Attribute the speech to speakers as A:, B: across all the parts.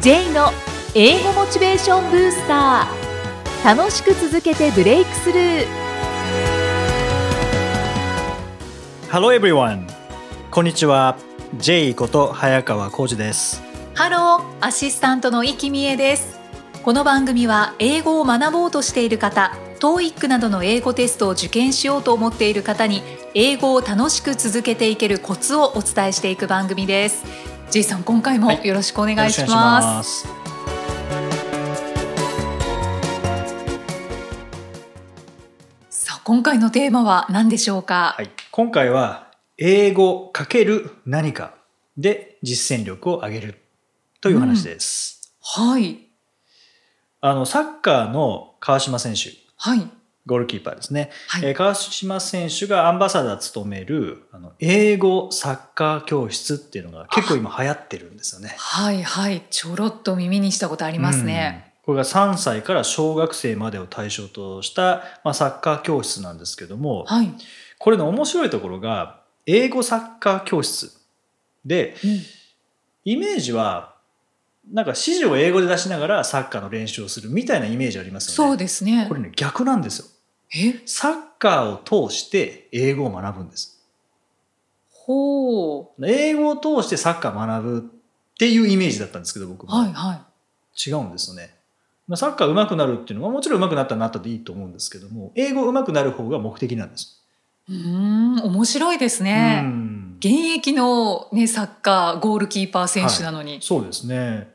A: J の英語モチベーションブースター楽しく続けてブレイクスルー
B: Hello everyone! こんにちは。J こと早川浩二です。
A: ハローアシスタントの生きみえですこの番組は英語を学ぼうとしている方 TOEIC などの英語テストを受験しようと思っている方に英語を楽しく続けていけるコツをお伝えしていく番組です J さん今回も
B: はい
A: よろしくお願いし
B: よろくお願いし
A: ま
B: ますす。
A: さあ今回のテーマは何でしょうか、
B: はい、今回は英語×何かで実践力を上げるという話です。
A: はい。
B: あのサッカーの川島選手、
A: はい。
B: ゴールキーパーですね。
A: はい
B: えー川島選手がアンバサダー務めるあの英語サッカー教室っていうのが結構今流行ってるんですよね。
A: はいはい。ちょろっと耳にしたことありますね。
B: うん。これが3歳から小学生までを対象とした、まあ、サッカー教室なんですけども、
A: はい。うん
B: これの面白いところが英語サッカー教室でイメージはなんか指示を英語で出しながらサッカーの練習をするみたいなイメージありますよね。
A: そうですね
B: こ。れね逆なんですよ。
A: え
B: サッカーを通して英語を学ぶんです。
A: ほう。
B: 英語を通してサッカーを学ぶっていうイメージだったんですけど僕も、
A: はいは
B: 違うんですよね。まあサッカー上手くなるっていうのはもちろん上手くなったらなったでいいと思うんですけども英語上手くなる方が目的なんです。
A: い。うーん、面白いです
B: う
A: ね。
B: ん
A: 現役のね、サッカー、ゴールキーパー選手なのに。
B: そうですね。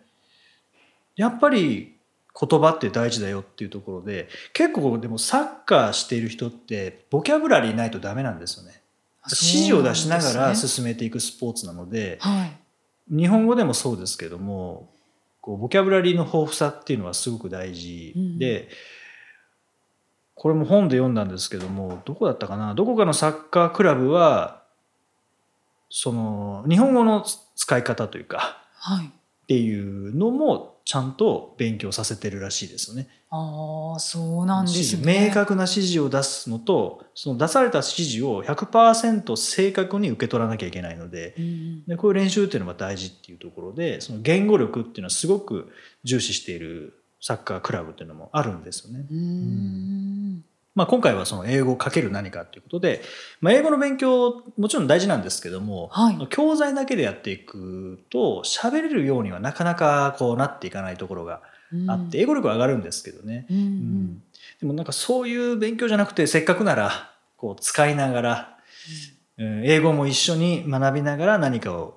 B: やっぱり言葉って大事だよっていうところで結構でもサッカーしている人ってボキャブラリーないとダメなんですよね。指示を出しながら
A: そう
B: 進めていくスポーツなので
A: なんですね
B: 日本語でもそうですけどもこうボキャブラリーの豊富さっていうのはすごく大事
A: うん
B: で、これも本で読んだんですけどもどこだったかなどこかのサッカークラブはその日本語の使い方というか
A: はい。はい。
B: っていうのもちゃんと勉強させてるらしいですよね。
A: ああ、そうなんです
B: 指示
A: ね。
B: 明確な指示を出すのとその出された指示を100%正確に受け取らなきゃいけないので
A: うんうん
B: でこういう練習っていうのが大事っていうところでその言語力っていうのはすごく重視しているサッカークラブっていうのもあるんですよね。
A: うーん。
B: まあ、今回はその英語かける何かということで、まあ、英語の勉強もちろん大事なんですけども、
A: はい
B: 教材だけでやっていくと喋れるようにはなかなかこうなっていかないところがあって、英語力は上がるんですけどね、
A: うん。う
B: うん
A: ん
B: でもなんかそういう勉強じゃなくてせっかくならこう使いながら、うん英語も一緒に学びながら何かを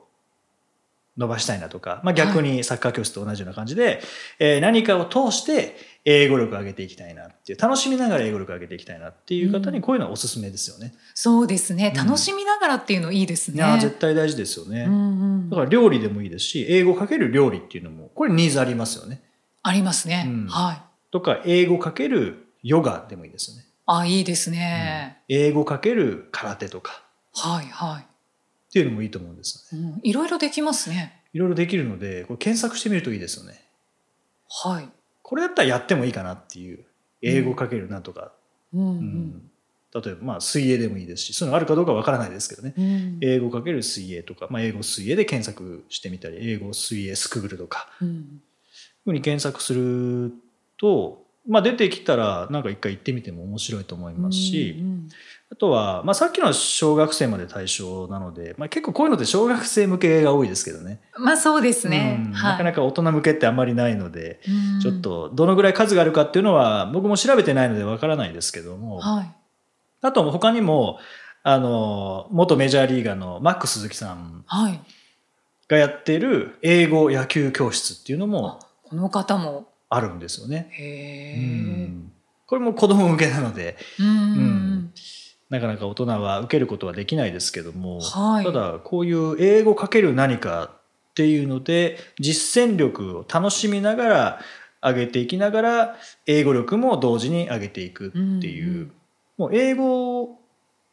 B: 伸ばしたいなとか、まあ、逆にサッカー教室と同じような感じで、えー何かを通して英語力を上げていきたいなっていう楽しみながら英語力を上げていきたいなっていう方
A: うん
B: にこういうのはおすすめですよね。
A: そうですね。
B: ん
A: 楽しみながらっていうのいいです
B: い
A: ね。
B: やー絶対大事ですよね。
A: うんうん
B: だから料理でもいいですし英語かける料理っていうのもこれニーズありますよね。
A: ありますね。
B: うん
A: はい。
B: とか英語かけるヨガでもいいですよね。
A: あ、いいですね。
B: 英語かける空手とか
A: はいは
B: っていうのもいいと思うんですよね。
A: い。うん、いろいろできますね。
B: いろいろできるのでこれ検索してみるといいですよね。
A: はい。
B: これだったらやってもいいかなっていう英語かけるなんとか、
A: うんう
B: うん
A: ん。
B: 例えばまあ水泳でもいいですしそういうのがあるかどうかわからないですけどね
A: うん
B: 英語かける水泳とか、まあ、英語水泳で検索してみたり英語水泳スクールとか
A: うん
B: ふうに検索すると、まあ、出てきたらなんか一回行ってみても面白いと思いますし、
A: うん
B: あとは、まあ、さっきのは小学生まで対象なので、まあ、結構こういうのって小学生向けが多いですけどね
A: うんまあそうですね。
B: うん
A: はい
B: なかなか大人向けってあんまりないので。
A: うん
B: ちょっとどのぐらい数があるかっていうのは僕も調べてないのでわからないですけども、
A: はい。
B: あと他にもあの元メジャーリーガーのマックス鈴木さん
A: はい。
B: がやってる英語野球教室っていうのも
A: この方も。
B: あるんですよね。
A: へ
B: う
A: え。
B: んこれも子供向けなので
A: うんうんう
B: うんんなかなか大人は受けることはできないですけども、
A: はい
B: ただこういう英語かける何かっていうので実践力を楽しみながら上げていきながら英語力も同時に上げていくっていう、
A: うんうん
B: もう英語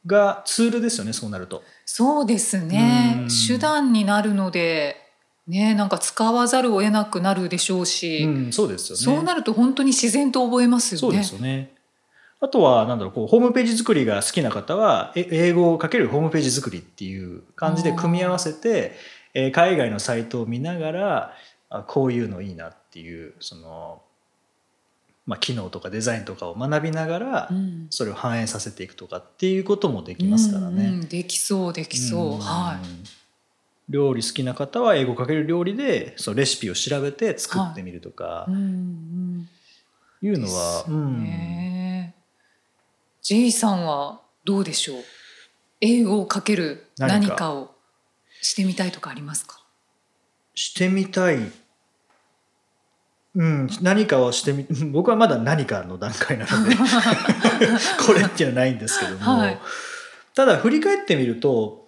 B: がツールですよねそうなると。
A: そうですね
B: うん。
A: 手段になるので。ね、なんか使わざるを得なくなるでしょうし。
B: うん、そうですよね。
A: そうなると本当に自然と覚えますよね。
B: そうですよね。あとは、なんだろう、こう、ホームページ作りが好きな方は、え英語をかけるホームページ作りっていう感じで組み合わせて、えー海外のサイトを見ながら、あこういうのいいなっていうその、まあ、機能とかデザインとかを学びながら
A: うん
B: それを反映させていくとかっていうこともできますからね。
A: うんうんできそうできそう、
B: ん
A: はい
B: 料理好きな方は英語かける料理でそのレシピを調べて作ってみるとか
A: うんうん
B: いうのは、
A: ですね J さんはどうでしょう英語をかける何
B: 何か
A: かをしてみたいとかありますか
B: してみたい、うん、何かをしてみ 僕はまだ何かの段階 なのでこれっていうのはないんですけども、
A: はい
B: ただ振り返ってみると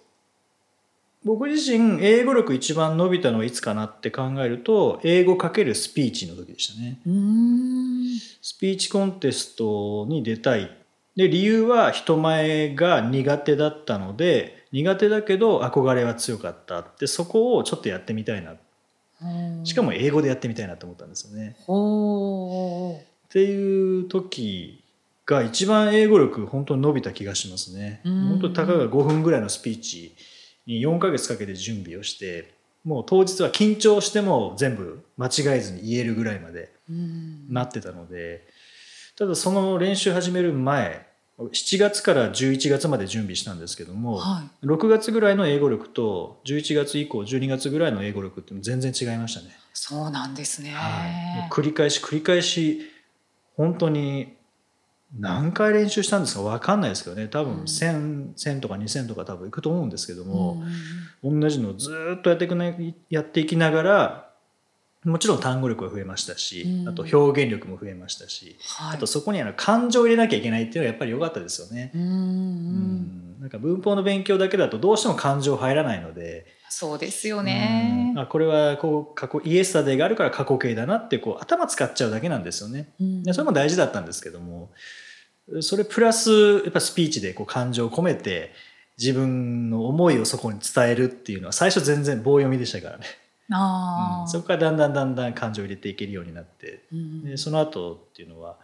B: 僕自身英語力一番伸びたのはいつかなって考えると英語かけるスピーチの時でしたね。
A: うーん
B: スピーチコンテストに出たい。で、理由は人前が苦手だったので、苦手だけど憧れは強かった。で、そこをちょっとやってみたいな。
A: うん
B: しかも英語でやってみたいなと思ったんですよね。
A: ほう
B: っていう時が一番英語力本当に伸びた気がしますね。
A: うん
B: 本当にたかが5分ぐらいのスピーチに4ヶ月かけて準備をして、もう当日は緊張しても全部間違えずに言えるぐらいまで
A: うん
B: なってたのでただその練習始める前7月から11月まで準備したんですけども、
A: は
B: 6月ぐらいの英語力と11月以降12月ぐらいの英語力って全然違いましたね、
A: い、そうなんですね、
B: はいもう繰り返し繰り返し本当に何回練習したんですか分かんないですけどね多
A: うん
B: 分 1000,、1000とか2000とか多分いくと思うんですけども、
A: うん
B: 同じのをずーっとやっていくなやっていきながらもちろん単語力が増えましたし、
A: うん
B: あと表現力も増えましたし、
A: はい
B: あとそこにあの感情を入れなきゃいけないっていうのがやっぱり良かったですよね。
A: うんうん
B: うんなんか文法の勉強だけだとどうしても感情入らないので、
A: そうですよね
B: うん。あこれはこう過去イエスタデーがあるから過去形だなってこう頭使っちゃうだけなんですよね。
A: うん
B: でそれも大事だったんですけどもそれプラスやっぱスピーチでこう感情を込めて自分の思いをそこに伝えるっていうのは最初全然棒読みでしたからね、
A: あ
B: うん
A: ー
B: そこからだんだんだんだん感情を入れていけるようになって
A: うん
B: でその後っていうのは、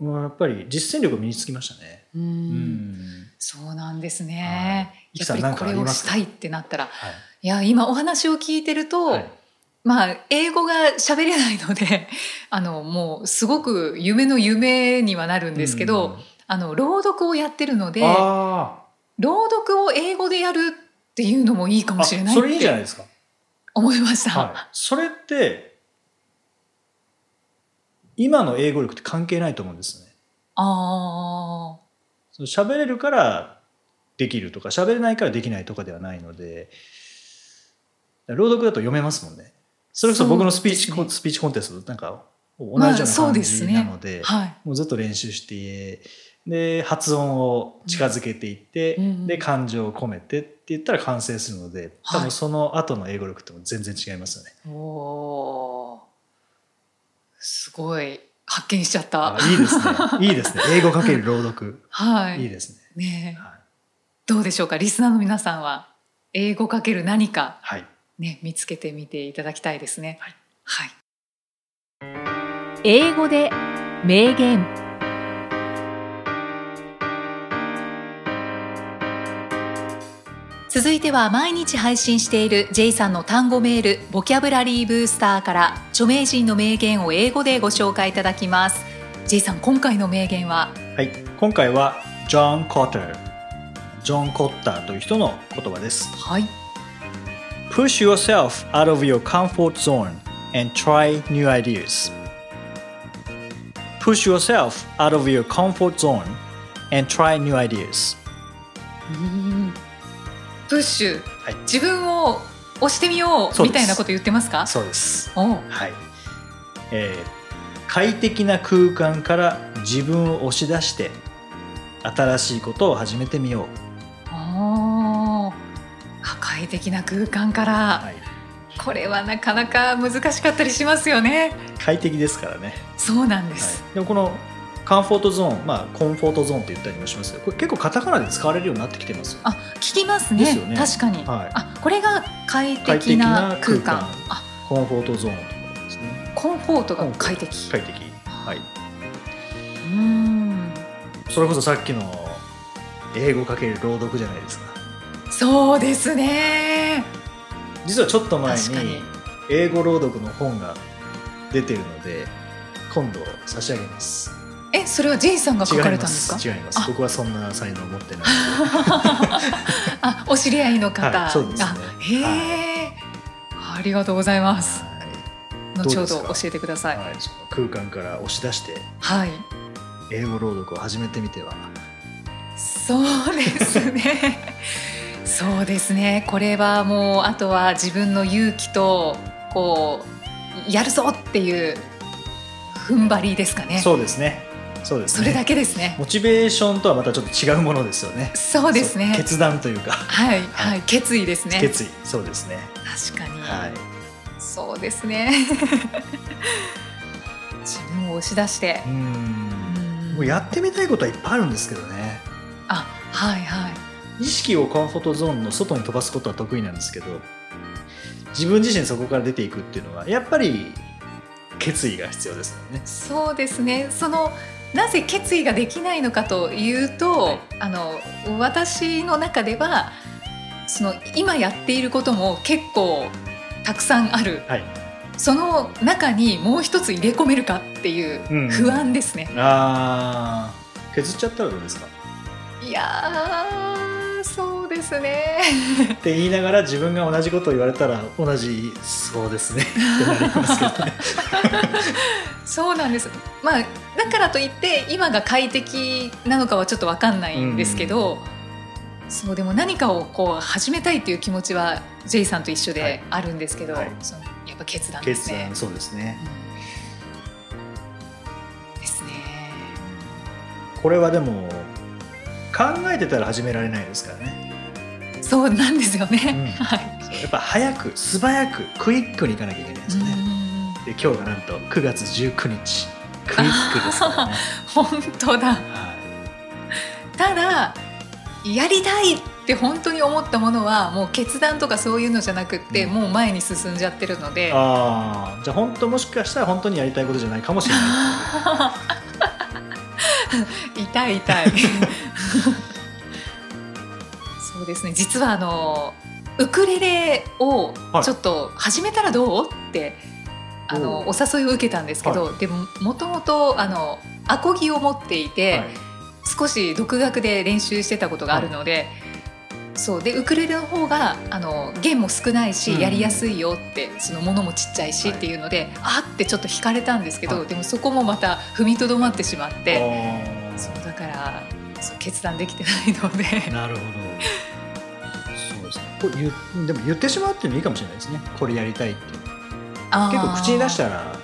B: まあやっぱり実践力が身につきましたね。
A: う
B: うんん
A: そうなんですね。
B: はい
A: やっぱりこれをしたいってなったら、
B: はい
A: いや今お話を聞いてると、
B: はい
A: まあ英語が喋れないので、 あのもうすごく夢の夢にはなるんですけど、
B: うん
A: あの朗読をやってるので、
B: あ
A: 朗読を英語でやるっていうのもいいか
B: ー
A: もしれない
B: あそれいい
A: っ
B: じゃな
A: て
B: いですか。
A: 思いました。
B: はい、それって今の英語力って関係ないと思うんですよね。
A: ああ、
B: その喋れるからできるとか喋れないからできないとかではないので朗読だと読めますもんねそれこそ僕のスピーチ,、
A: そうですね
B: スピーチコンテストなんか同じような
A: まあそう
B: 感
A: です
B: じ
A: ね
B: なので,、
A: はい。
B: もうずっと練習してで発音を近づけていって、
A: うんうん
B: で感情を込めてって言ったら完成するので
A: はい
B: 多分その後の英語力っても全然違いますよね、
A: おおー、すごい発見しちゃった。
B: あいいですねいいですね英語かける朗 読
A: はい。
B: いいですね
A: ねえ
B: はい、
A: どうでしょうかリスナーの皆さんは英語かける何か
B: はい、
A: ね見つけてみていただきたいですね
B: はい、
A: はい、
C: 英語で名言
A: 続いては毎日配信している J さんの単語メールボキャブラリーブースターから著名人の名言を英語でご紹介いただきます J さん今回の名言は
B: はい、今回はジョン・コッタージョン・コッターという人の言葉です
A: はい
B: Push yourself out of your comfort zone and try new ideas Push yourself out of your comfort zone and try new ideas
A: プッシュ
B: はい、
A: 自分を押してみよう
B: そう
A: み
B: で
A: た
B: す
A: いなこと言ってますか
B: そうです
A: おう
B: はい、えー快適な空間から自分を押し出して新しいことを始めてみよう
A: おー破壊的な空間から、
B: はい、
A: これはなかなか難しかったりしますよね
B: 快適ですからね
A: そうなんで
B: は
A: す、
B: い、でもこのカンフォートゾーン、まあ、コンフォートゾーンって言ったりもしますけどこれ結構カタカナで使われるようになってきてますよ
A: あ聞きます
B: で
A: ね
B: すよね
A: 確かに、
B: はい
A: あこれが快適な空間
B: 快適な空間
A: あ
B: コンフォートゾーンとかですね
A: コンフォートが快適
B: 快適、はい、
A: うーん
B: それこそさっきの英語かける朗読じゃないですか
A: そうですね
B: 実はちょっと前
A: 確かに
B: に英語朗読の本が出てるので今度差し上げます
A: えそれはジェイさんが書
B: 違い
A: かれたん
B: ま
A: ですか
B: す違います
A: あ
B: 僕はそんな才能を持ってない
A: あお知り合いの方、
B: はいそうですね
A: あへえ、ありがとうございます
B: は
A: 後ほ
B: どうです
A: ど
B: か
A: 教えてください
B: い、はいその空間から押し出して
A: はい
B: 英語朗読を始めてみては
A: そうですね。そうですね。これはもうあとは自分の勇気とこうやるぞっていう踏ん張りですかね。
B: そうですねそうです
A: それ
B: ね
A: だけですね。
B: モチベーションとはまたちょっと違うものですよね
A: そうですね
B: そ。決断というか、
A: はいはい決意ですね。
B: 決意そうですね
A: 確かに、
B: はい
A: そうですね。 自分を押し出して
B: う。ん
A: ん
B: もうやってみたいことはいっぱいあるんですけどね
A: あはいはい
B: 意識をコンフォートゾーンの外に飛ばすことは得意なんですけど自分自身そこから出ていくっていうのはやっぱり決意が必要ですもんね
A: そうですねそのなぜ決意ができないのかというと、
B: はい
A: あの私の中ではその今やっていることも結構たくさんある
B: はい
A: その中にもう一つ入れ込めるかっていう不安ですね。
B: あー削っちゃったらどうですか
A: いやーそうですね。
B: って言いながら自分が同じことを言われたら同じそうですねってなりますけどね
A: そうなんです。まあだからといって今が快適なのかはちょっとわかんないんですけど、そうでも何かをこう始めたいっていう気持ちは J さんと一緒
B: はい
A: であるんですけど、
B: はい
A: そのやっぱ決断です
B: 決
A: ね
B: 断。そうですね
A: うんですね。
B: これはでも考えてたら始められないですからね、
A: そうなんですよ
B: う
A: ね。
B: ん、や
A: はい。
B: っぱ早く素早くクイックに行かなきゃいけないですよね、
A: うん
B: で今日がなんと9月19日クイックですからね、
A: 本当だ。
B: は
A: ただやりたいって本当に思ったものはもう決断とかそういうのじゃなくって、
B: うん
A: もう前に進んじゃってるので
B: い、。ああじゃあ本当もしかしたら本当にやりたいことじゃないかもしれない
A: 痛い痛いそうですね実はあのウクレレを
B: はい
A: ちょっと始めたらどうってあの
B: お
A: お誘いを受けたんですけど、でももともとあのアコギを持っていて、
B: はい
A: 少し独学で練習してたことがあるので、そうでウクレレの方があの弦も少ないし、
B: うん
A: やりやすいよってその物もちっちゃいし
B: はい
A: っていうので、あってちょっと惹かれたんですけど、
B: はい
A: でもそこもまた踏みとどまってしまって。
B: あー
A: そうだからそう決断できてないので
B: なるほどそうですねこれ言うでも言ってしまうっていうのいいかもしれないですねこれやりたいっていうの
A: あー
B: 結構口に出したら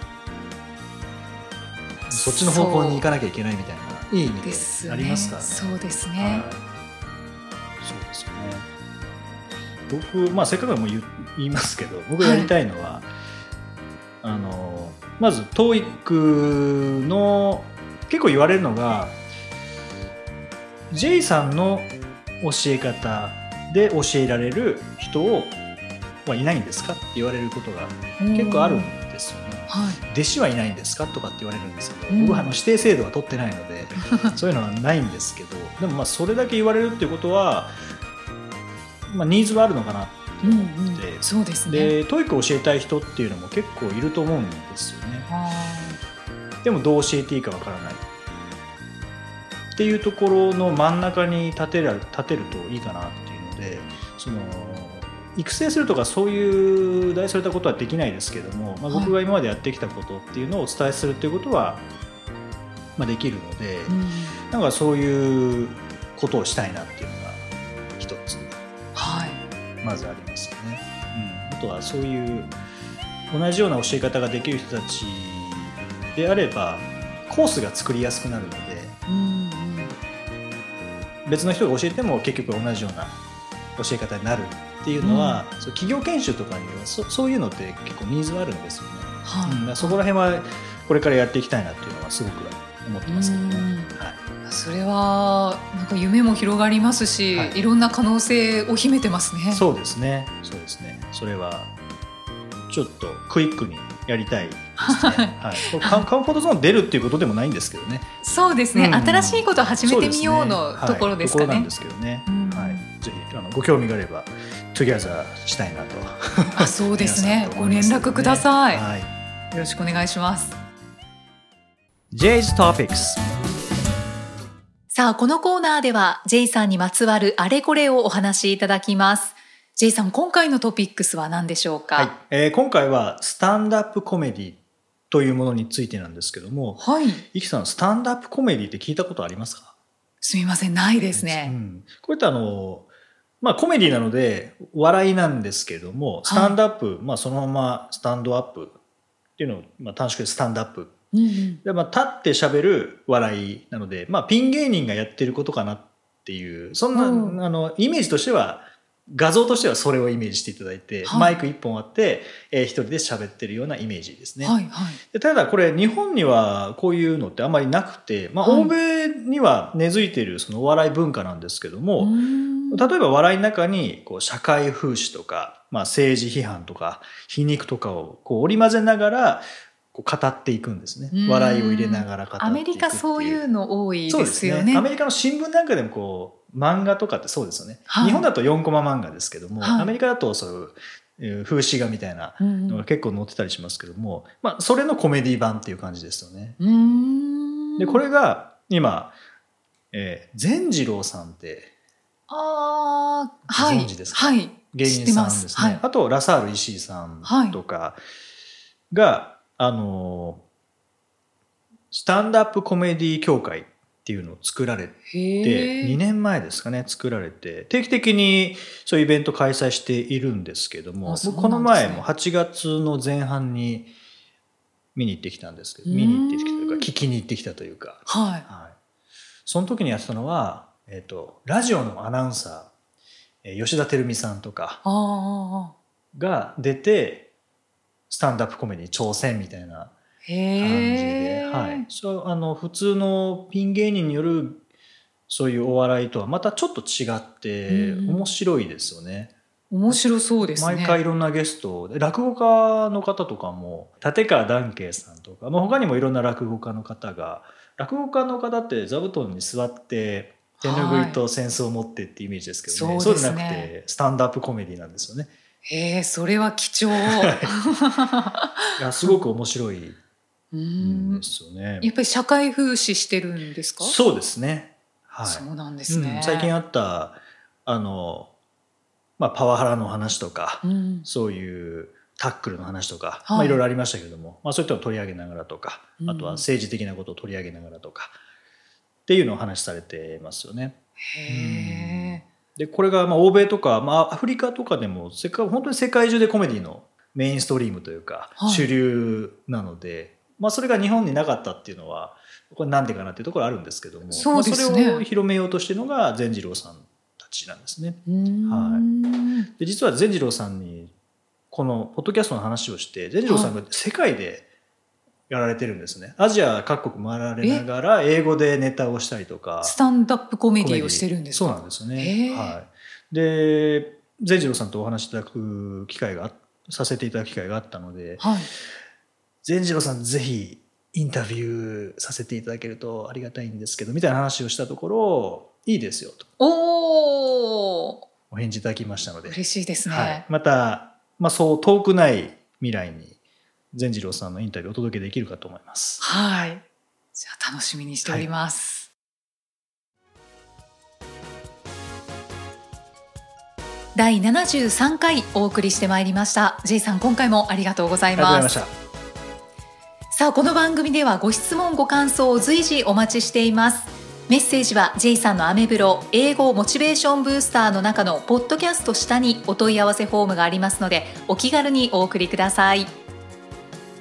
B: そっちの方向に行かなきゃいけないみたいないい意味
A: で
B: ですありますからね
A: そうですね、
B: はい、そうですよね僕、まあ、せっかくはもう言う言いますけど僕がやりたいのは、あのまず TOEIC の結構言われるのが J さんの教え方で教えられる人を、まあ、いないんですかって言われることが結構あるん
A: うん
B: ですよね。
A: はい
B: 弟子はいないんですかとかって言われるんですけど、
A: うん
B: 僕はあの指定制度は取ってないので そういうのはないんですけどでもまあそれだけ言われるっていうことは、まあ、ニーズはあるのかな
A: うんうん
B: で
A: そうですね
B: で、トイックを教えたい人っていうのも結構いると思うんですよね
A: あ
B: でもどう教えていいかわからないっていうところの真ん中に立てら立てるといいかなっていうのでその育成するとかそういう大それたことはできないですけども、まあ、
A: はい
B: 僕が今までやってきたことっていうのをお伝えするっていうことは、まあ、できるので、
A: ー、うん、
B: なんかそういうことをしたいなっていうのが一つ
A: はい
B: まずありますよね。うん、あとはそういう同じような教え方ができる人たちであればコースが作りやすくなるので
A: うん
B: 別の人が教えても結局同じような教え方になるっていうのは、そう企業研修とかにはそそういうのって結構ニーズがあるんですよね。
A: うん
B: うん、だか
A: は
B: らそこら辺はこれからやっていきたいなっていうのはすごく思って
A: い、
B: ますけどね。
A: う
B: はい
A: んそれはなんか夢も広がりますし、
B: はい
A: い、ろんな可能性を秘めてますね
B: そうですね。そうですね。それはちょっとクイックにやりたいですね。はい。これカンカンフォートゾーン出るっていうことでもないんですけどね。
A: そうですね、
B: うん
A: 新しいことを始めてみようの
B: そですね
A: ところですか
B: はいところなん
A: ね
B: ですけどね
A: うん。
B: はい。ぜひあのご興味があれば Together したいなと
A: あそうですね
B: 皆さんと
A: ご
B: 思い
A: 連
B: ますので
A: 絡ください、
B: はい、
A: よろしくお願いします
B: J's Topics
A: さあこのコーナーでは J さんにまつわるあれこれをお話しいただきます J さん今回のトピックスは何でしょう
B: はい
A: か
B: えー今回はスタンドアップコメディというものについてなんですけども
A: はい、
B: イキさんスタンドアップコメディって聞いたことありますか
A: すみませんないです
B: う
A: ね
B: ん、これってあのまあコメディなので笑いなんですけどもスタンドアップ、まあ、そのままスタンドアップっていうのを、まあ、短縮でスタンドアップ
A: うんうん
B: で、まあ、立ってしゃべる笑いなので、まあ、ピン芸人がやってることかなっていうそんな、
A: うん
B: あのイメージとしては画像としてはそれをイメージしていただいて、
A: はい
B: マイク1本あって、えー一人で喋ってるようなイメージですね。
A: はいはい
B: でただこれ日本にはこういうのってあんまりなくて、まあ、
A: はい
B: 欧米には根付いているそのお笑い文化なんですけど
A: う
B: も、
A: ん
B: 例えば笑いの中にこう社会風刺とか、まあ、政治批判とか皮肉とかをこう織り交ぜながらこう語っていくんですね
A: うん
B: 笑いを入れながら語っていくって
A: アメリカそういうの多い
B: そう
A: で
B: ですす
A: よ
B: ね
A: ね
B: アメリカの新聞なんかでもこう漫画とかってそうですよね、
A: はい
B: 日本だと4コマ漫画ですけども、
A: はい
B: アメリカだとそういうえー風刺画みたいな
A: うん
B: のが結構載ってたりしますけども、まあ、それのコメディ版っていう感じですよね。
A: うん
B: でこれが今、えー善次郎さんって
A: ああはい
B: ご存知ですか
A: はい
B: 芸人さん
A: 知
B: で
A: ってます
B: ね
A: すはい
B: あとラサール石井さんとかが、あのースタンドアップコメディ協会っていうのを作られて
A: へ
B: 2
A: え
B: 年前ですかね作られて定期的にそういうイベント開催しているんですけども、
A: あそうなんです
B: こ
A: ね
B: の前も8月の前半に見に行ってきたんですけど見に行ってきたというか
A: うん
B: 聞きに行ってきたというか、
A: はい
B: はい、その時にやってたのは、えー、とラジオのアナウンサーえー吉田照美さんとか
A: ああ
B: が出てスタンドアップコメディに挑戦みたいな
A: へ
B: 感じで、
A: え
B: はい、そうあの普通のピン芸人によるそういうお笑いとはまたちょっと違って
A: うんうん
B: 面白いですよね。
A: 面白そうですね
B: 毎回いろんなゲストで落語家の方とかも立川談慶さんとか、まあ、他にもいろんな落語家の方が落語家の方って座布団に座って手拭いと扇子を持ってってイメージですけどね,、
A: はい
B: そ
A: そう
B: う
A: で
B: じ
A: すね
B: ゃなくてスタンドアップコメディなんですよね。
A: へえそれは貴 重
B: いやすごく面白いん
A: う
B: で
A: ん
B: すよね。
A: やっぱり社会風刺してるんですか
B: そうですね。はい、
A: そうなんですね、
B: うん最近あったあの、まあ、パワハラの話とか、
A: うん
B: そういうタックルの話とか、
A: はい
B: まあ、いろいろありましたけども、まあ、そういったのを取り上げながらとか、
A: うん
B: あとは政治的なことを取り上げながらとかっていうのをお話しされてますよね。
A: へえ
B: でこれがまあ欧米とか、まあ、アフリカとかでも世界本当に世界中でコメディのメインストリームというか、
A: はい
B: 主流なので、まあ、それが日本になかったっていうのはこれなんでかなっていうところあるんですけども
A: そうですね
B: まあ、それを広めようとしてるのが善次郎さんたちなんですね。
A: うん
B: で実は善次郎さんにこのポッドキャストの話をして善次郎さんが世界でやられてるんですね。アジア各国回られながら英語でネタをしたりとか。
A: スタンダップコメディをしてるんですか
B: そうなんですよ
A: へ
B: ね。
A: ー
B: はい、で善次郎さんとお話しいただく機会があさせていただく機会があったので
A: はい
B: 善次郎さんぜひインタビューさせていただけるとありがたいんですけどみたいな話をしたところいいですよと
A: おお
B: お返事いただきましたので、
A: 嬉しいですね、
B: はい、また、まあ、そう遠くない未来に善次郎さんのインタビューをお届けできるかと思います。
A: はい。じゃあ楽しみにしております。第73回お送りしてまいりました。J さん今回もありがとうござ
B: あ
A: い
B: りがとうござ
A: ま。
B: いますした。
A: さあこの番組ではご質問ご感想を随時お待ちしていますメッセージは J さんのアメブロ英語モチベーションブースターの中のポッドキャスト下にお問い合わせフォームがありますのでお気軽にお送りください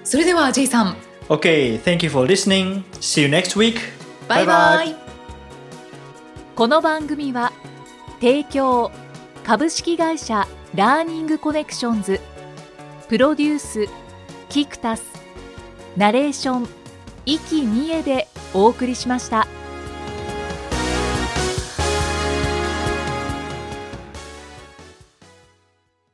A: それでは J さん
B: Okay, thank you for listening. See you next week.
A: バイバイ
B: バイバイ
C: この番組は提供株式会社ラーニングコネクションズプロデュースキクタスナレーション生きみえでお送りしました。